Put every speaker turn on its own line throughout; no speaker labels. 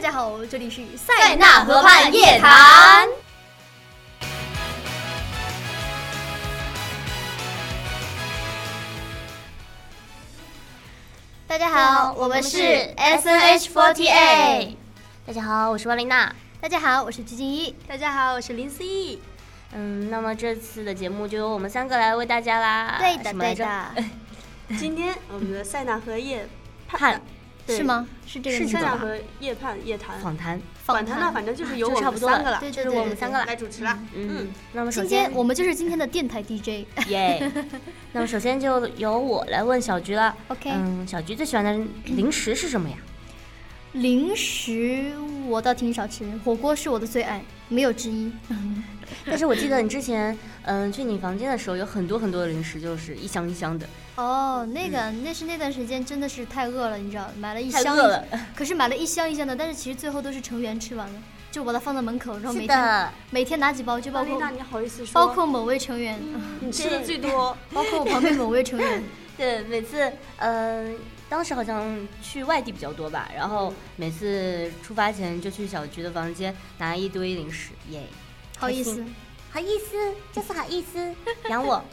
家好，这里是
塞
塞
纳
纳
河
河
畔
畔
夜
夜
谈
谈。
大家好，我们是 S N H 4 8 a 大家好，我是王琳娜。
大家好，我是鞠婧祎。大家好，我是林思怡。
嗯，那么这次的节目就由我们三个来为大家啦。
对的，
什么来
对
着
的，
今天我们的塞纳河夜
盼
对
是吗？是这个
是
名字
塞纳
吧？
河夜盼夜谈，
访嗯谈，
管他呢，反正就是由我
就差
们
不多了
三个了，
对
就
对
是
对
我们三个了。
来主持了。
嗯，那么首
今
先
天我们就是今天的电台 DJ。
耶，那么首先就由我来问小菊了。
OK
嗯，小菊最喜欢的零食是什 么呀？
零食我倒挺少吃，火锅是我的最爱，没有之一。
但是我记得你之前，嗯，去你房间的时候有很多很多的零食，就是一箱一箱的，
哦，
嗯
那个、那是那段时间真的是太饿了，你知道，买了一
太
箱一
饿了。
可是买了一箱一箱的，但是其实最后都是成员吃完了，就把它放在门口，然后每
是
天
的，
每天拿几包，就包
王琳
括
娜，你好意思说？嗯
包括某位成员，
你吃的最多，
包括我旁边某位成 员，
对，每次，嗯、当时好像去外地比较多吧，然后每次出发前就去小菊的房间拿一堆零食，耶，
好意
开
思。
好意思，就是好意思，养我，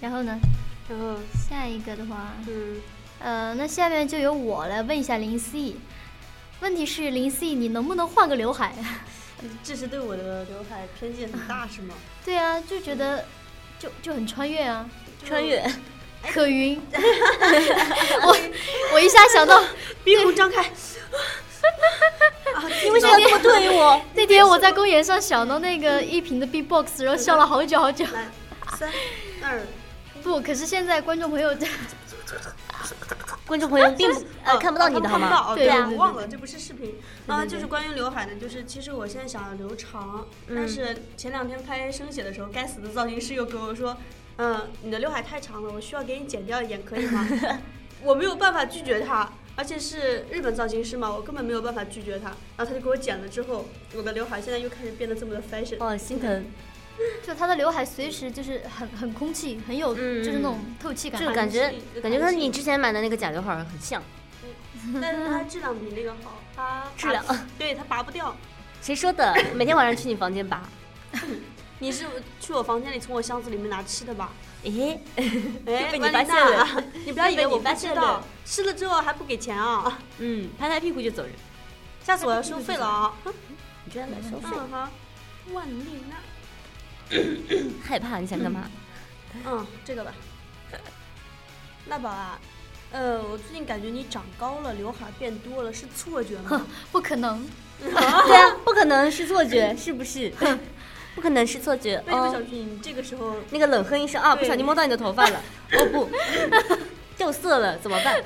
然后呢，
然后
下一个的话，
嗯，
呃，那下面就由我来问一下林思怡。问题是林思怡，你能不能换个刘海？
这是对我的刘海偏见很 大是吗？
对啊，就觉得就就很穿越啊，
穿越，
哎
可 云。 我我一下想到
鼻孔 张开，啊
你为什么要这么对我？
那天我在公园上想到那个一平的 B-box，然后笑了好久好久。
来，三二，
不，可是现在观众朋友
观众朋友 并不呃
哦
看不到你的
哦
好
看不到
吗？
哦
对
对
对
啊，
对
我
对
忘了，这不是视频啊，
对
就是关于刘海呢，就是其实我现在想留长，
嗯
但是前两天拍生写的时候，该死的造型师又跟我说，嗯，你的刘海太长了，我需要给你剪掉一点，可以吗？ 我没有办法拒绝他，而且是日本造型师嘛，我根本没有办法拒绝他，然后他就给我剪了之后，我的刘海现在又开始变得这么的 fashion，
哦，心疼，
就他的刘海随时就是很很空气，很有
嗯
就是那种透气感
就。是感觉
韩系
感觉跟你之前买的那个假刘海儿很像，
但是它质量比那个好，它拔
质量，
对它拔不掉。
谁说的？每天晚上去你房间 拔，
你是去我房间里从我箱子里面拿吃的吧？
诶，
哎，
被你
万
发
丽
现
娜
了，
你不要以为我
被
不
你发
知
现
道
了，
吃了之后还不给钱啊！
嗯，拍拍屁股就走人，
下次我要收费了啊！
你居然敢收费，
嗯哈，万丽娜，
害怕你想干嘛？
嗯，这个吧。那宝啊，呃，我最近感觉你长高了，刘海变多了，是错觉 吗？
不可能，
对啊，不可能是错觉，是不是？ 不可能是错觉
为什么小
哦。
菊你这个时候
那个冷哼一声啊，不小心摸到你的头发了，哦不， 掉色了怎么办？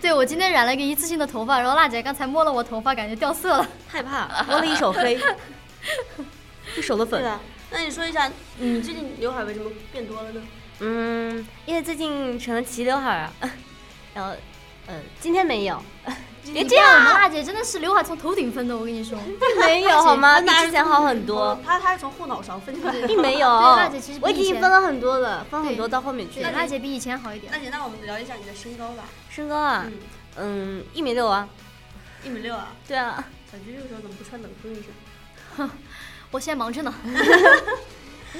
对我今天染了一个一次性的头发，然后娜姐刚才摸了我头发，感觉掉色了。
害怕，摸了一手黑，一手的
对
粉。
啊了？那你说一下，你最近刘海为什么变多了呢？
嗯，因为最近成了齐刘海儿啊， 然后，呃，今天没有，别
你
这
不要我
样，
们娜姐真的是刘海从头顶分的，我跟你 说。
并没有好吗？比之前好很
哦
多，，嗯
他他是从后脑勺分出来的。
并没有
娜姐其实。比
我已
以
经
前
分了很多了，分很多
对
到后面去
对，。娜姐比以前好一
那
点。
姐，那我们聊一下你的身高吧。
身高啊，
嗯，
嗯，一米六啊，
一米六啊。
对啊，
小菊这个时候怎么不穿冷风一声？
我现在忙着呢。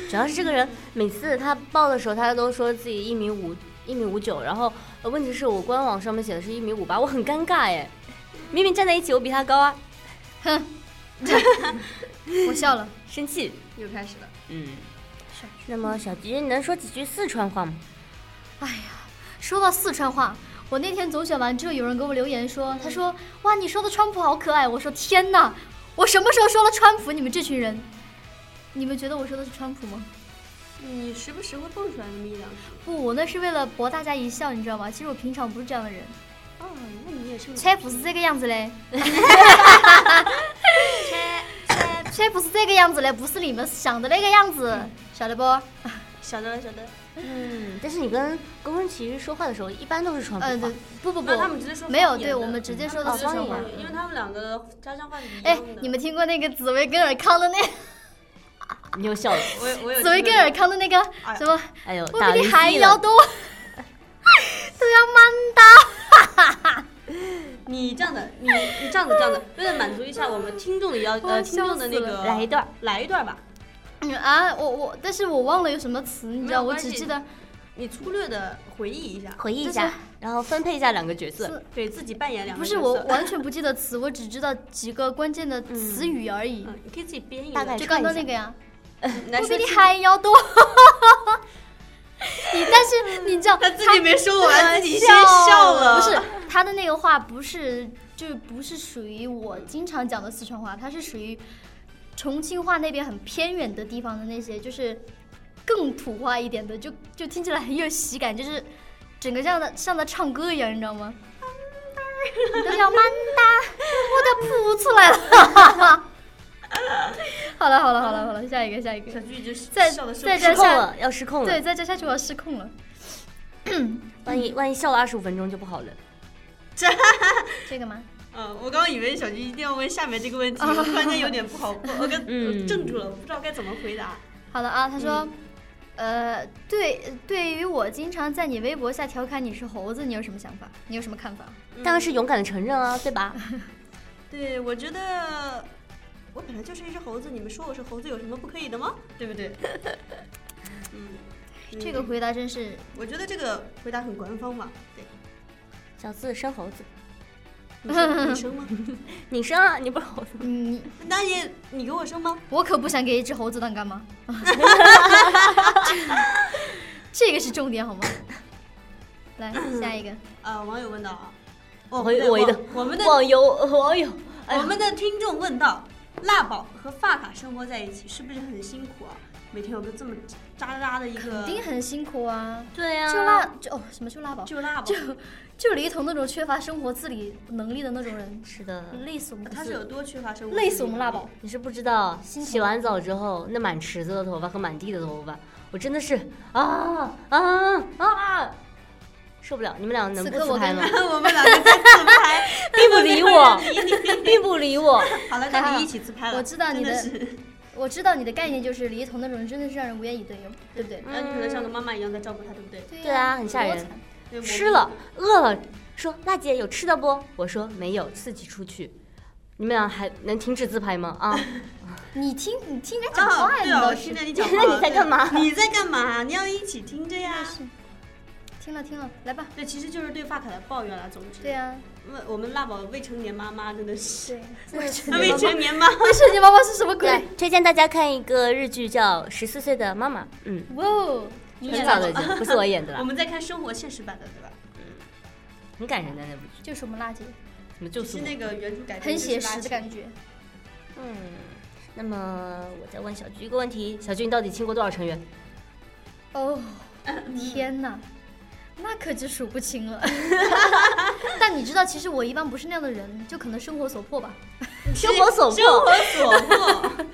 主要是这个人每次他报的时候，他都说自己一米五一米五九，然后呃问题是我官网上面写的是一米五八，我很尴尬哎，明明站在一起我比他高啊，
我笑了。
生气。
又开始了。
嗯，那么小菊，你能说几句四川话吗？
哎说到四川话，我那天总选完之后，有人给我留言说，他说：“哇，你说的川普好可爱。”我说：“天哪，我什么时候说了川普？你们这群人，你们觉得我说的是川普吗？”
你时不时会蹦出来那么一两句。
不，我那是为了博大家一笑，你知道吗？其实我平常不是这样的人，
哦，那你也是。
川普是这个样子嘞。 川普是这个样子嘞，不是你们想的那个样子，晓得不？
晓得了，晓得了。
嗯，但是你跟公孙奇说话的时候，一般都是川普
呃
话。，
不不不
那，他们直接说
没有，
方言
对
的嗯
我们直接说
哦
的四
方
川话
言。
对因为他们两个家乡话是一
哎
样的。，
你们听过那个紫薇跟尔康的那
你又笑了，
我有，我有。
紫薇跟尔康的那个
哎
什么？
哎呦，
我
打
比
雷
你还
劈
要
了。
多，都要满打。
你这样的，你你这样子这样子，为了满足一下我们听众的要
哇
呃听众的那
哦笑死
个，
来一段儿，
来一段吧。
嗯啊，我我，但是我忘了有什么词，你知道，
没有
我
关系
只记得
你粗略的回忆一下，
回忆一
就是
下，然后分配一下两个角色。
是
对自己扮演两个
不是
角
我
色
完全不记得词，我只知道几个关键的词语而已。
嗯，你可以自己编一个，
大概
就刚
唱一
刚
下
那个呀，
来
我比
说
你
自己
还要多。 你但是你知道
他自己没
他
说完，自己啊先笑了。
不是他的那个话不是就不是属于我经常讲的四川话，它是属于重庆话那边很偏远的地方的那些，就是更土话一点的，就就听起来很有喜感，就是 整个像在像在唱歌一样，你知道吗？你都要曼达， 我都扑出来了。 好了好了好了好了，下一个下一
小
个，
鞠就
再
笑的受
再
失
不
再
了
控
下
了，要失控
对，
了。
再再下去我要失控了。
万一万一笑了二十五分钟就不好了。
这个吗？
嗯，我刚刚以为小鞠一定要问下面这个 问题，我突然间有点不好，我我跟
嗯
我怔住了，我不知道该怎么回答。
好的啊，他说，呃，对，对于我经常在你微博下调侃你是猴子，你有什么想法？你有什么看法？
当然是勇敢的承认啊，对吧？
对，我觉得我本来就是一只猴子，你们说我是猴子有什么不可以的吗？对不 对？嗯，
这个
嗯
回答真是，
我觉得这个回答很官方嘛。对，
小字生猴子，
你生你生吗？
你生啊，你不是猴子吗。
嗯，
那也你给我生吗？
我可不想给一只猴子当干妈。这个是重点好吗？来下一个，
啊，网友问到啊，
我
哦，不对
我的
网我们的
网游网友，哎
我
呀，
们的听众问到，辣宝和发卡生活在一起是不是很辛苦啊？每天有个这么渣渣的一个
肯，定很辛苦啊。
对呀，
就拉就哦什么就拉宝，
就辣宝
就，就李一桐那种缺乏生活自理能力的那种人，
是的，
累死我们。
他是有多缺乏生活？
累死我们辣宝。。
你是不知道，
心
洗
疼
完澡之后那满池子的头发和满地的头发，我真的是啊啊啊，受不了！你们俩能
此
不
刻
自
我
拍
跟
吗？
我们两个在自 拍，
并不理我
没有人理 你
并不理我，
好了，
还
那
好
你一起自拍了。
我知道你的
真的是，
我知道你的概念就是李一桐那种人真的是让人无言以对，对不对？
那你 可能像个妈妈一样在照顾他，对不嗯对？
对
对啊很吓人
多惨
对我哦
吃了饿了，说辣姐有吃的不？我说没有，自己出去。你们俩还能停止自拍吗？ 啊，
你听你听人讲话
啊，
呀，你
对啊，
倒
我
是
听 着你讲话
那你在干嘛
对你在干嘛？你要一起听着呀。
听了听了，来吧。
对，其实就是对发卡的抱怨了。啊总之，
对啊呀，
问我们辣宝未成年妈妈真的是，
对， 未成
未成年妈 妈
未成年妈妈是什么鬼？
对，推荐大家看一个日剧叫《十四岁的妈妈》，嗯，
哇哦，你
很
演
早
的
的剧，不是我演的
我
啦，
们在看生活现实版的，对吧？
很感人的那部剧，
就是我们辣姐，
怎么就
只
是
是
我？
那个原著改编
很
就是
写
垃
实
圾
的感觉。
嗯，那么我再问小菊一个问题：小菊，你到底亲过多少成员？
哦，天哪，那可就数不清了。 但你知道，其实我一般不是那样的人，就可能生活所迫吧。
生活所
生
迫，
活所 迫，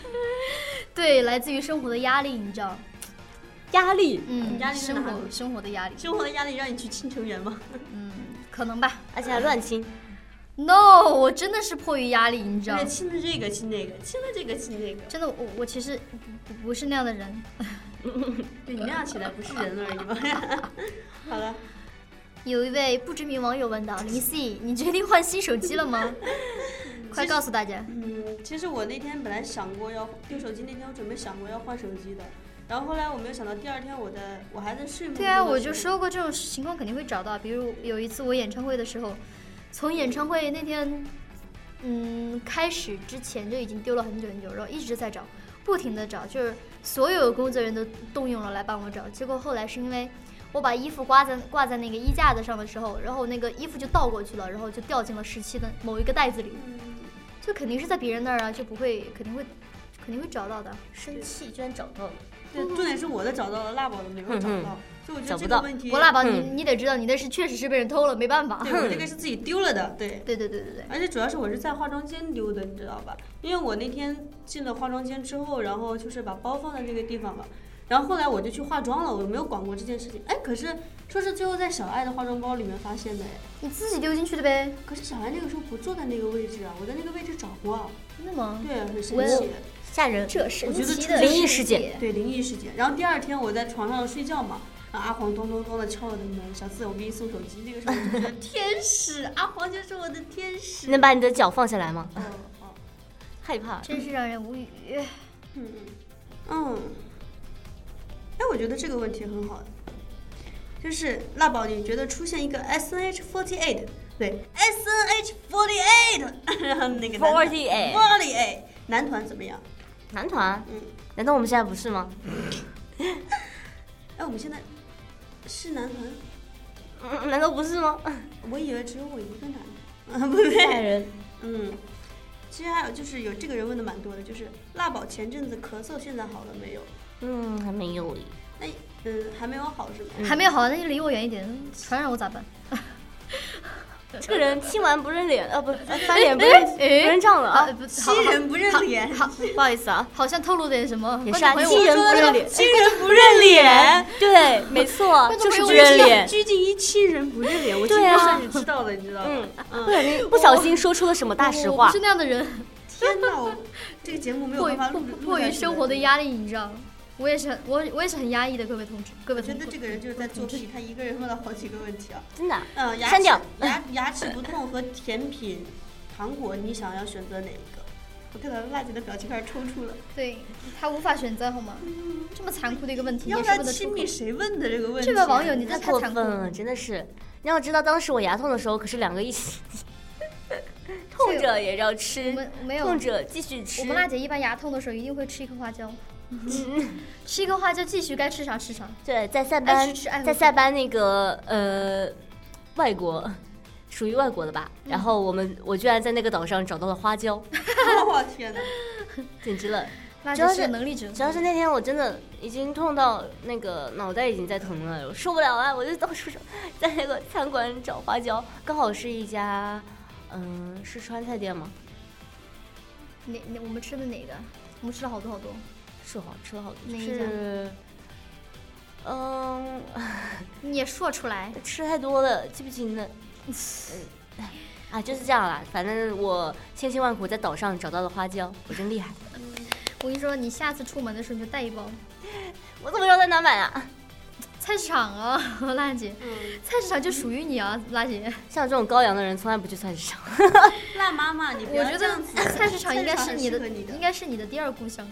对，来自于生活的压力，你知道？
压力，
嗯，
压力在
生
哪
活
里
生活的压力，
生活的压力让你去亲成员吗？
嗯，可能吧。
而且还乱亲。
No，我真的是迫于压力，你知道
对，？亲了这个亲那个，亲了这个亲那个，
真的，我我其实不不是那样的人。
对你那样起来不是人而已吗？ 好了，
有一位不知名网友问道：“林夕，你决定换新手机了 吗？快告诉大家。
嗯，其实我那天本来想过要丢手机，那天我准备想过要换手机的，然后后来我没有想到第二天我的我还在睡梦”中
对
的时
啊，
候。
我就说过这种情况肯定会找到。比如有一次我演唱会的时候，从演唱会那天，嗯，开始之前就已经丢了很久很久，然后一直在找，不停的找，就是所有工作人员都动用了来帮我找。结果后来是因为我把衣服挂在挂在那个衣架子上的时候，然后那个衣服就倒过去了，然后就掉进了十七的某一个袋子里。
嗯，
就肯定是在别人那儿啊，就不会肯定会肯定会找到的。
生气居然找到了，
对，重点是我的找到了，辣宝的没有找
嗯
到，所以我觉
找不
得这
到
个问题，
我辣宝，你
嗯
你得知道，你那是确实是被人偷了，没办法。
对我这个是自己丢了的，对。
对对对对对，
而且主要是我是在化妆间丢的，你知道吧？因为我那天进了化妆间之后，然后就是把包放在那个地方了，然后后来我就去化妆了，我没有管过这件事情。哎，可是说是最后在小爱的化妆包里面发现的，哎，
你自己丢进去的呗。
可是小爱那个时候不坐在那个位置啊，我在那个位置找过啊，
真的吗？
对，很神
我也
奇，
吓 人。
这
我
神
觉得
奇
这
的
灵异
世
事
界，
件
对灵异事件。然后第二天我在床上睡觉嘛，然后阿黄咚咚咚的敲我的门，小四，我给你送手机。这个时候我就觉得 天使，阿黄就是我的天使。
能把你的脚放下来吗？
哦哦，
害怕。
真是让人无语。
嗯嗯，哎，我觉得这个问题很好，就是辣宝，你觉得出现一个 S N H forty eight，对 S N H forty eight，那个
48
forty eight 男团怎么样？
男团？
嗯，
难道我们现在不是吗？
哎，我们现在是男团，
嗯难道不是吗？
我以为只有我一个男的，啊，不对，
人。
嗯。其实还有就是有这个人问的蛮多的，就是辣宝前阵子咳嗽，现在好了没有？
嗯，还没有。
那嗯还没有好是吗？
还没有好，那就离我远一点，传染我咋办？
这个人亲完不认脸，呃，不，翻脸不 认不
哎
认账了
啊
啊。
不，好
新人不认脸，
好，
不好意思啊，
好像透露点什么。
也是啊
观众朋
新
友
人不认脸
亲人不认脸，
对，没错，
观众
就是
朋友
不认 脸。
鞠婧祎亲人不认脸，我今
对啊
天算是知道了，你知道吗？
嗯，不小心 不小心说出了什么大实
我我
话
不是。那样的人，
天哪，我这个节目没有
迫于
办法
迫
录
迫于生活的。压力，你知道吗？我也是很我我也是很压抑的，各位同志，各位
录下
同
去我觉得这
志。
个人就是在作弊，他一个人问了好几个问题啊。
真的啊，
嗯，牙
删
齿
掉
牙牙齿不痛和甜品、糖果，你想要选择哪一个？我看到辣姐的表情开始抽搐了。
对他无法选择，好吗？这么残酷的一个问题，
要
也
不
是问
然
得出
亲
口
密。谁问的这个问题啊？
这位网友，你这
太
太
过
残
分
酷了
了，。真的是。你要知道，当时我牙痛的时候，可是两个一起， 痛着也要
我
吃，
们没有，
痛着继续吃
我。们辣姐一般牙痛的时候一定会吃一颗花 椒，吃一颗花椒继续该吃啥吃啥。
对，在塞
爱
班
哎吃吃爱，喝
嗯在
喝
塞班那个呃外国，属于外国的吧。
嗯
然后我们我居然在那个岛上找到了花椒，
我天哪！
简直了！
辣
主
姐
要
是
是
个能力者，
主要是那天我真的已经痛到那个脑袋已经在疼了，我受不了了，我就到处找，在那个餐馆找花椒，刚好是一家，嗯、是川菜店吗？
哪哪我们吃的哪个？我们吃了好多好多，
是好吃了好多，
哪一家
是，嗯、
你也说出来。
吃太多了，记不清了。嗯啊，就是这样啦。反正我千辛万苦在岛上找到了花椒，我真厉害。
我跟你说，你下次出门的时候你就带一包。
我怎么知道在哪买啊？
菜市场啊， 辣姐，
嗯，
菜市场就属于你啊，辣姐。
像这种高阳的人，从来不去菜市场。
辣妈妈，你不
我
要
觉
嗯这样
得
子
菜市场应该是你的，
菜市场很适合你的
应该是你的第二故乡，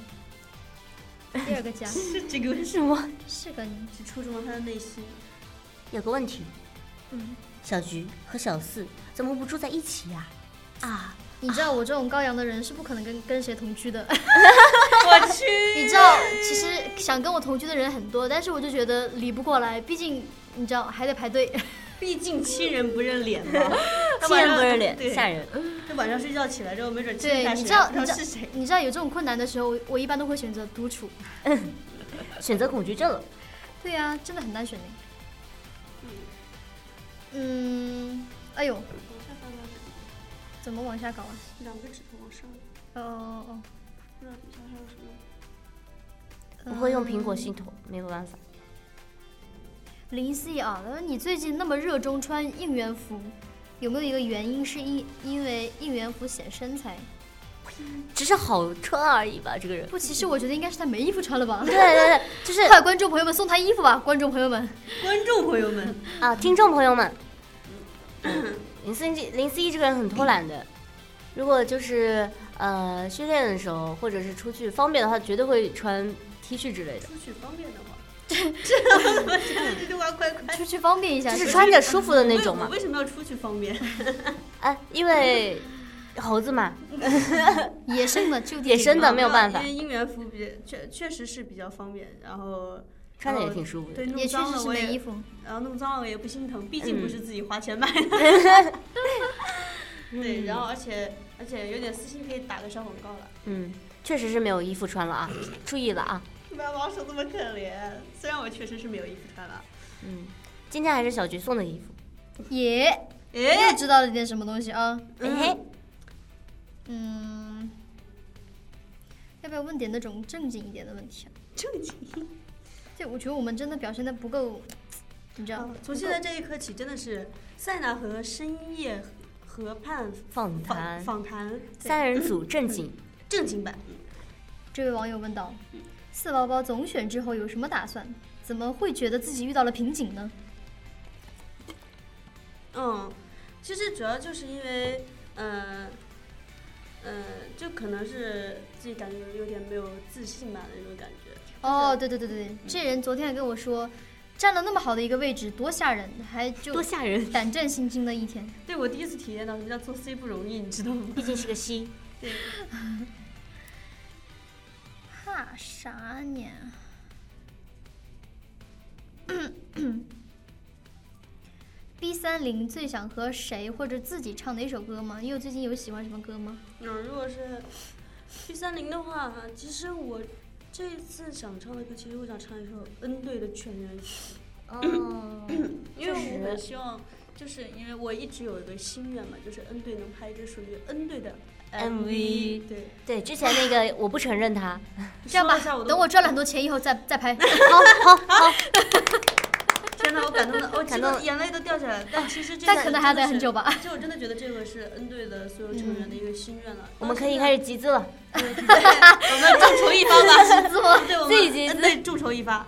第二个家，
是这个
什么？
是个你。
是戳中了他的 内心。
有个问题，
嗯，
小菊和小四怎么不住在一起呀、啊？
你知道我这种高阳的人是不可能跟跟谁同居的。
我去。
你知道，其实想跟我同居的人很多，但是我就觉得理不过来，毕竟你知道还得排 队。
毕竟亲人不 认脸嘛，
亲人不认脸，
对
吓。人。
就晚上睡觉起来之后，没准亲一
对，
下
你
谁
知道，
不
你
知
知
道
道
是谁。，
你知道有这种困难的时候，我我一般都会选择独处。
选择恐惧症了。
对呀、真的很难选的。欸嗯，哎呦，怎么往下搞啊？
两个指头往上，
哦哦哦，
不知道底下还有什么。
我会用苹果系统，没有办法。
林夕啊，他说你最近那么热衷穿应援服，有没有一个原因是因因为应援服显身材？
只是好穿而已吧，这个人。
不，其实我觉得应该是他没衣服穿了吧
对。对对，就是
快，观众朋友们送他衣服吧！观众朋友们，
观众朋友们，
啊，听众朋友 们，林思怡林思怡这个人很偷懒的，如果就是呃训练的时候或者是出去方便的话，绝对会穿 T 恤之类的，
出去方便的吗？这这，我觉得这句话快快。
出去方便一下。
就是穿着舒服的那种
我
嘛。
为什么要出去方便？
哎，因为猴子嘛，
野生的，就地
野生
解
的
放
没有办法
因为因缘服比较确确实是比较方便，然后
穿的也挺舒服的。
对弄
也确
脏
实
了
是
我
没衣
也，
服。
然后弄脏了我也不心疼，毕竟不是自己花钱买的。对，然后而且而且有点私信可以打个小广告了。
嗯，确实是没有衣服穿了啊，注意了啊。
不要把我手这么可怜，虽然我确实是没有衣服穿了。
嗯，今天还是小菊送的衣服。
也
诶，
又知道了点什么东西啊？
哎嘿，
嗯，要不要问点那种正经一点的问题啊？
正经。
就我觉得我们真的表现的不够，你知道？
哦从现在这一刻起，真的是塞纳河深夜河畔
访
访
谈
访谈
三人组正经，
正经版。嗯
这位网友问道：“四宝宝总选之后有什么打算？怎么会觉得自己遇到了瓶颈呢？
嗯，其实主要就是因为，嗯、嗯、就可能是自己感觉有点没有自信吧那种感觉。
哦，对对对对，对
嗯
这人昨天还跟我说，站了那么好的一个位置，多吓人，还就
多吓人！
胆战心惊的一天。
对我第一次体验到什么叫做 C 不容易，你知道吗？
毕竟是个 C，
对，
怕啥呢？B 三零最想和谁或者自己唱哪首歌吗？因为最近有喜欢什么歌吗？
嗯，如果是 P 三零的话，其实我这一次想唱的歌，其实我想唱一首恩队的《全员曲
哦，》，
因为
嗯确实
我 很希望，就是因为我一直有一个心愿嘛，就是恩队能拍一支属于恩队的
MV
对，
对，之前那个我不承认他，
这样吧
说一下，我都
等我赚了很多钱以后再再拍。
天哪，我感动的，我激
感动
动，眼泪都掉下来了。但其 实这，
但可能还要待很久吧。
其实我真的觉得这个是恩队的所有成员的一个心愿了。
我们可以开
始，
始集资了，
对我们众筹一发吧，对，我们
自己集资
恩队众筹一发。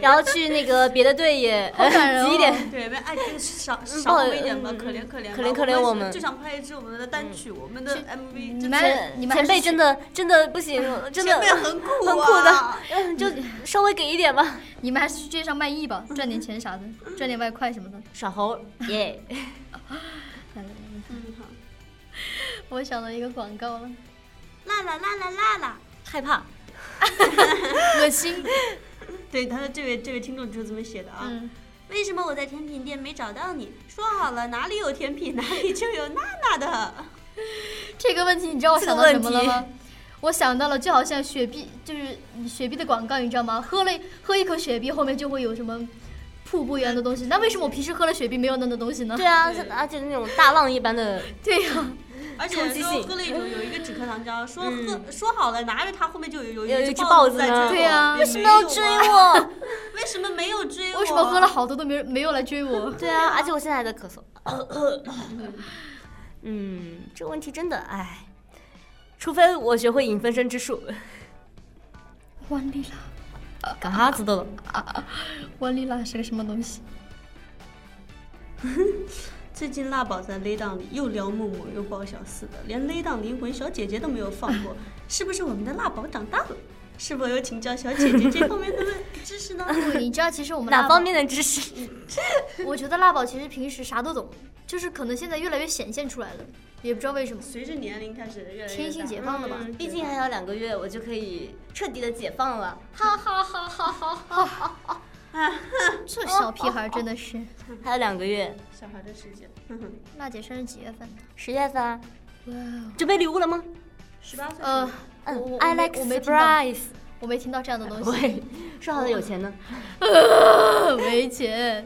然后去那个别的队也
好
呃
感人哦
集一点。
对，我们爱听少
嗯
少
不好
一点吧，
嗯
可怜可怜吧
可怜可怜我
是
们嗯
就想拍一支我们的单曲，我们的 MV，
你
真
们
前
你们还
前
是
辈
去
真的真的不行，真的
前辈很酷啊
很
很
酷 的，嗯，就稍微给一点吧。
你们还是去街上卖艺吧，赚点钱啥的，赚点外快什 么的。
耍猴耶！
来来来
嗯，好，
我想到一个广告了，
啦啦啦啦啦啦。
害怕，
恶心。
对，他的这位这位听众就是这么写的啊。
嗯，
为什么我在甜品店没找到你？说好了哪里有甜品哪里就有娜娜的。
这个问题你知道我
这
想
个
到什么
问
了
题
吗？我想到了，就好像雪碧，就是雪碧的广告，你知道吗？喝了喝一口雪碧，后面就会有什么瀑布一样的东西。那为什么我平时喝了雪碧没有那样的东西呢
对？啊，
对
而且那种大浪一般的，
对呀、
而且
冲击
说
性
喝了一种有一个止咳糖胶，说喝、说好了拿着它后面就有
有
有
一只
只
豹
豹
子
在
呢
追
对啊
我
为
也
为什
没
么要
有
追
啊？
我？
为什么没有追我？
为什么喝了？好多都没人没有来追我？
对啊，而且我现在还在咳嗽。 嗯，这个问题真的唉，除非我学会影分身之术，
万丽
干哈子的了？
拉， 万丽拉是个什么东西？
最近辣宝在勒档里又撩木木又抱小四的，连勒档灵魂小姐姐都没有放过， 是不是我们的辣宝长大了？是否有请教小姐姐这方面的问知识呢？
对你知道，其实我们
哪
辣
方
宝？
面的知识？
我觉得辣宝其实平时啥都懂，就是可能现在越来越显现出来了，也不知道为什么。
随着年龄开始越来越大
天性解放了吧
嗯
毕竟还有两个月，我就可以彻底的解放了。
哈哈哈哈哈哈哈！ 这小屁孩真的是。
还有两个月，
小孩的世界，哼哼，
娜姐生日几月份？
十月份啊，
哇哦，
准备礼物了吗？
十八岁
呃，我
嗯
我
，I
没
like
我没听到，
surprise。
我没听到这样的东西。
喂，说好的有钱呢？
没钱，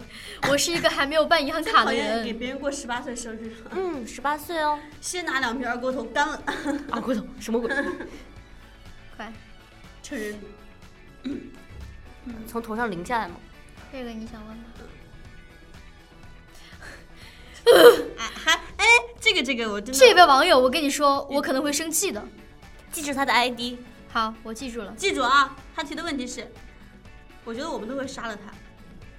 我是一个还没有办银行
最
卡
讨
的
厌给
人。
别人过十八岁生日，
嗯，十八岁哦。
先拿两瓶二锅头干了，
二锅头什么啊鬼？
快，
趁人
从头上淋下来吗？
这个你想问吗？
哎还哎，这个这个我真的
这位网友，我跟你说，我可能会生气的。
记住他的 ID。
好，我记住了。
记住啊，他提的问题是，我觉得我们都会杀了他。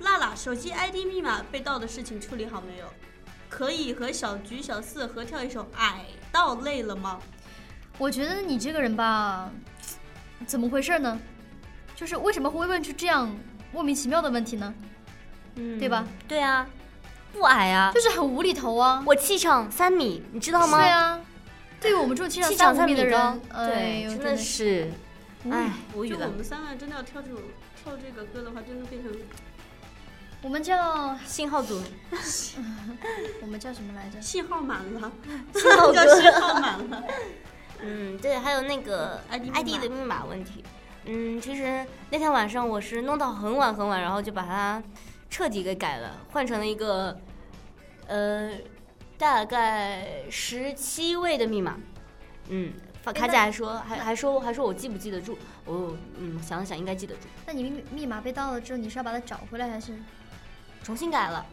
辣辣手机 ID 密码被盗的事情处理好没有？可以和小菊、小四合跳一首《矮到累了吗
我觉得你这个人吧，怎么回事呢？就是为什么会问出这样莫名其妙的问题呢？
嗯
对吧？
对啊，不矮啊
就，是很无厘头啊。
我气场三米，你知道吗？
对啊，对于我们这种气场
气场
三
三
五米的
高
人，，哎
对，
呦，
真
真的
的
是
是，哎，无》？语
就
了
我。们三个真的要跳这种跳这个歌的话，真的变成
我们叫
信号组，
我们叫什么来着？
信号满了，
信号
叫
哥
信号满了。
嗯，对，还有那个
ID 密码
ID 的密码问题。嗯，其实那天晚上我是弄到很晚很晚，然后就把它彻底给改了，换成了一个呃大概十七位的密码。嗯，发
哎
卡姐还说还还说还说我记不记得住？哦，嗯，想了想应该记得住，
那你密密码被盗了之后，你是要把它找回来，还是
重新改了。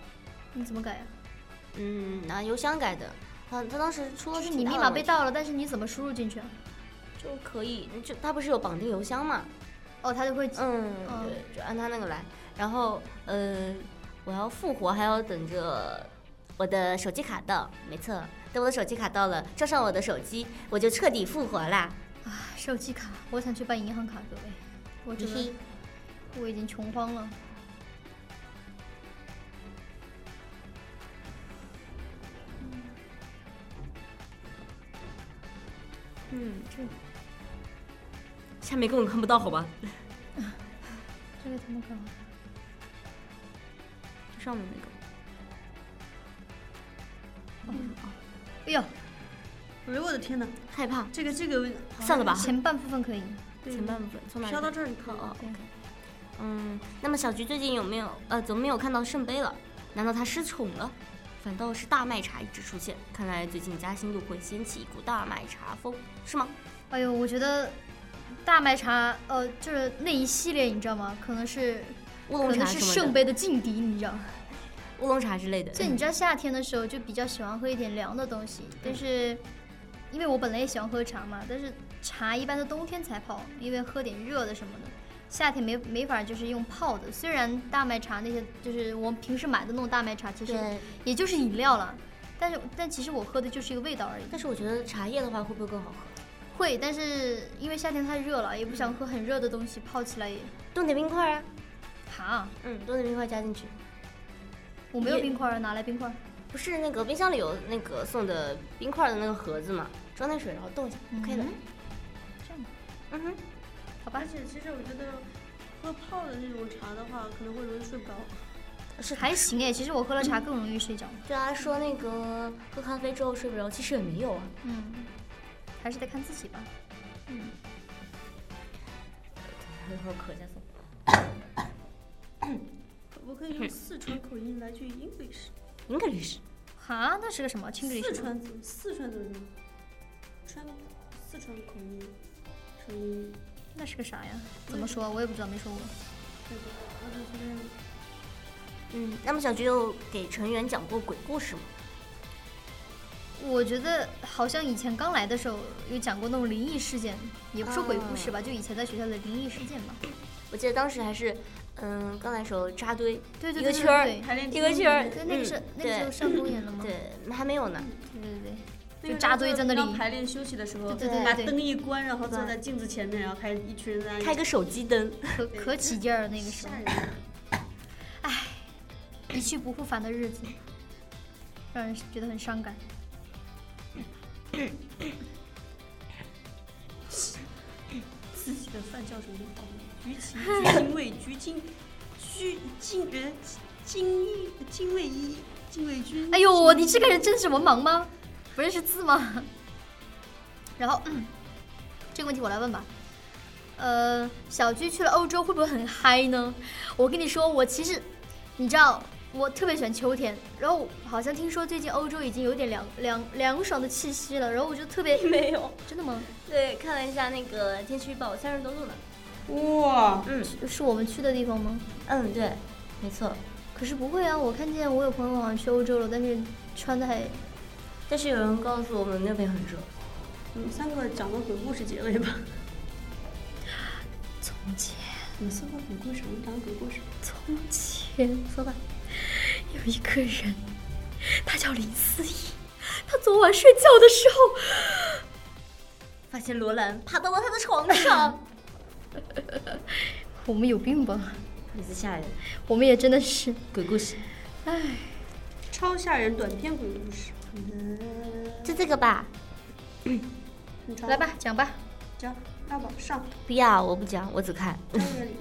你怎么改呀、啊
嗯，拿邮箱改的。嗯，他当时出
就
了
是
挺
你
大
密
的
码
问
被
题
盗了，但是你怎么输入进去啊？
就可以，就他不是有绑定邮箱嘛？
哦，他就会
嗯
哦，
对，就按他那个来。然后呃，我要复活，还要等着我的手机卡到，没错。等我的手机卡到了，装上我的手机，我就彻底复活啦！
啊，手机卡，我想去办银行卡，各位，我
嘿
觉
嘿
得，我已经穷慌了。
嗯，这下面根本看不到，好吧？
这个怎么搞？啊
就上面那个。
哎呦，
哎呦我的天哪，
害怕，
这个这个
算了吧。
前半部分可以。
对
前半部分从哪里
飘到
看？
这儿，你看
哦
啊，
对
嗯，那么小菊最近有没有呃，怎么没有看到圣杯了？难道他失宠了？反倒是大麦茶一直出现，看来最近嘉兴路会掀起一股大麦茶风，是吗？
哎呦，我觉得大麦茶，呃，就是那一系列，你知道吗？可能是，
乌
可
龙茶
能
什
是
么的
圣杯的劲敌，你知道。
乌龙茶之类的。
所以你知道夏天的时候就比较喜欢喝一点凉的东西，
嗯
但是因为我本来也喜欢喝茶嘛，但是茶一般都冬天才泡，因为喝点热的什么的，夏天没没法就是用泡的。虽然大麦茶那些就是我们平时买的那种大麦茶，其实
对，
也就是饮料了，但是但其实我喝的就是一个味道而已。
但是我觉得茶叶的话会不会更好喝？
会，但是因为夏天太热了，也不想喝很热的东西，泡起来也
冻点冰块啊，
哈，
嗯，冻点冰块加进去。
我没有
也
冰块儿，拿来冰块儿。
不是那个冰箱里有那个送的冰块的那个盒子嘛，装点水然后冻一下，可以的
嗯。这样吧，
嗯哼，
好吧
而，且其实我觉得喝泡的那种茶的话，可能会容易睡不着。
是
还行哎，其实我喝了茶更容易睡着。
对啊，说那个喝咖啡之后睡不着，其实也没有啊。
嗯，还是得看自己吧。
一会儿咳一下嗽。
可不可以用四川口音来去 English？
English，
哈，那是个什么？青旅
四
是吗？
川怎么四川怎么弄川四川口音声音，
那是个啥呀？怎么说？我也不知道，没说过。
对吧？我就觉得
嗯，那么小菊有给成员讲过鬼故事吗？
我觉得好像以前刚来的时候有讲过那种灵异事件，也不说鬼故
啊
事吧，就以前在学校的灵异事件吧。
我记得当时还是，嗯，刚来时候扎堆，
对对
一个
对
圈儿，
对
排练
一个圈儿，
对，那个
嗯
是那个时候上公演了吗？
对对还没有呢，
对对对。
那
就
个
扎堆在那里
让排练休息的时候，
对
对对
把
对
灯一关，然后坐在镜子前面，然后开一群人在那里
开个手机灯，
可
对
可起劲儿了那个时
吓
候，
人。
一去不复返的日子，让人觉得很伤感。
自己的饭叫什么好呢？菊芹、菊精味、菊精、菊精呃精益精卫一、精卫君。
哎呦，你这个人真是文盲吗？不认识字吗？ 然后、嗯这个问题我来问吧。呃，小鞠去了欧洲会不会很嗨呢？我跟你说，我其实你知道，我特别喜欢秋天。然后好像听说最近欧洲已经有点凉凉凉爽的气息了，然后我就特别
没有。
真的吗？
对，看了一下那个天气预报，三十多度呢。
哇，
嗯
是我们去的地方吗？
嗯，对，没错。
可是不会啊，我看见我有朋友好像去欧洲了，但是穿的还
但是有人告诉我们那边很热，
你们三个讲个鬼故事结尾吧。
从前。
你们三个鬼故事，我们讲鬼故事。
从前说吧，有一个人，他叫林思怡，他昨晚睡觉的时候，
发现罗兰爬到了他的床上，
我们有病吧？
也是吓人。
我们也真的是，
鬼故事，
唉，
超吓人短篇鬼故事。嗯
就这个吧。
你传
来，吧，讲吧。
讲大宝上
不要，我不讲，我只看。
交给你，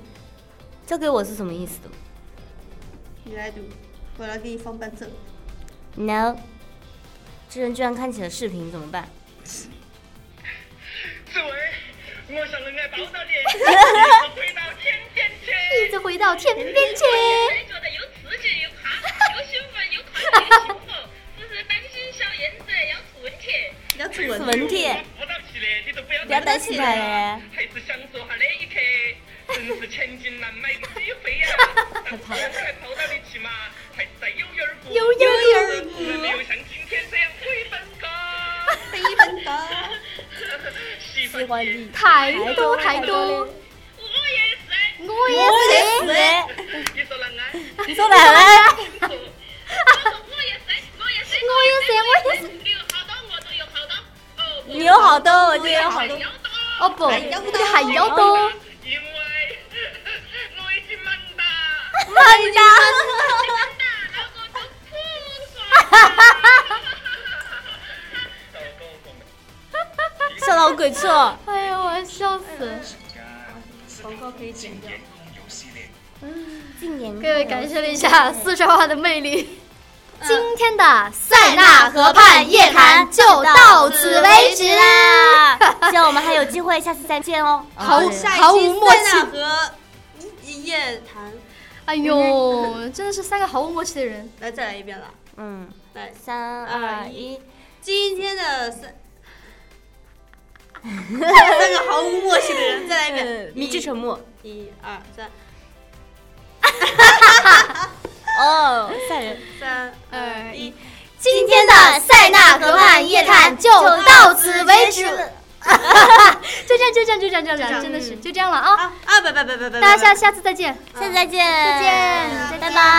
交给我是什么意思的
你来读，我来给你放伴奏。
？No，这人居然看起了视频，怎么办？
作为我想能爱报答你，我回到天边去。
一直回到天边去。
谁觉得又刺激又怕又兴奋又快乐又幸福？只是担心小燕子要存钱。
要自刎
文铁，
我到齐嘞，你都不要
不要担心他嘞。
还是享受下那一刻，真是千金难买的机会呀！当初我来报答你去嘛，还是在有眼儿过，
有眼儿
过，没有像今天这样飞奔高。
飞奔的。
喜
喜欢你
太多太多，
我也
奶奶，
我也是，我也是，我也是，我也是。你有好多，我
你有好多，我
都有好多。哦，
就有好
好
多。
多。
哦不，
哎要不
这还要多，
因为我已经忙到，
笨蛋！
然后就吐出来了。
笑到鬼畜，
哎呀，我要笑死！
广告可以剪掉。
近年
各位感受了一下四川话的魅力。今天的塞
纳河畔夜谈就到此为止
啦。
希望我们还有机会下次再见哦。
好
嗯
下
毫
一
无
期啊
默契
塞纳和夜谈，
哎呦，真的是三个毫无默契的人。
来再来一遍了。
嗯，
来，
三二一，
今天的三三个毫无默契的人，再来一遍。
迷之沉默。
一二三，
哦，吓人。
三
二
二
一
一，
今天的塞纳河畔夜谈就到此为止。
就这样，就这样，就这样，就这
就这
样，
样
真的是就这样了啊！
啊啊！拜拜拜拜拜拜！
大家下下次再见。
下次再见，
再见
拜拜。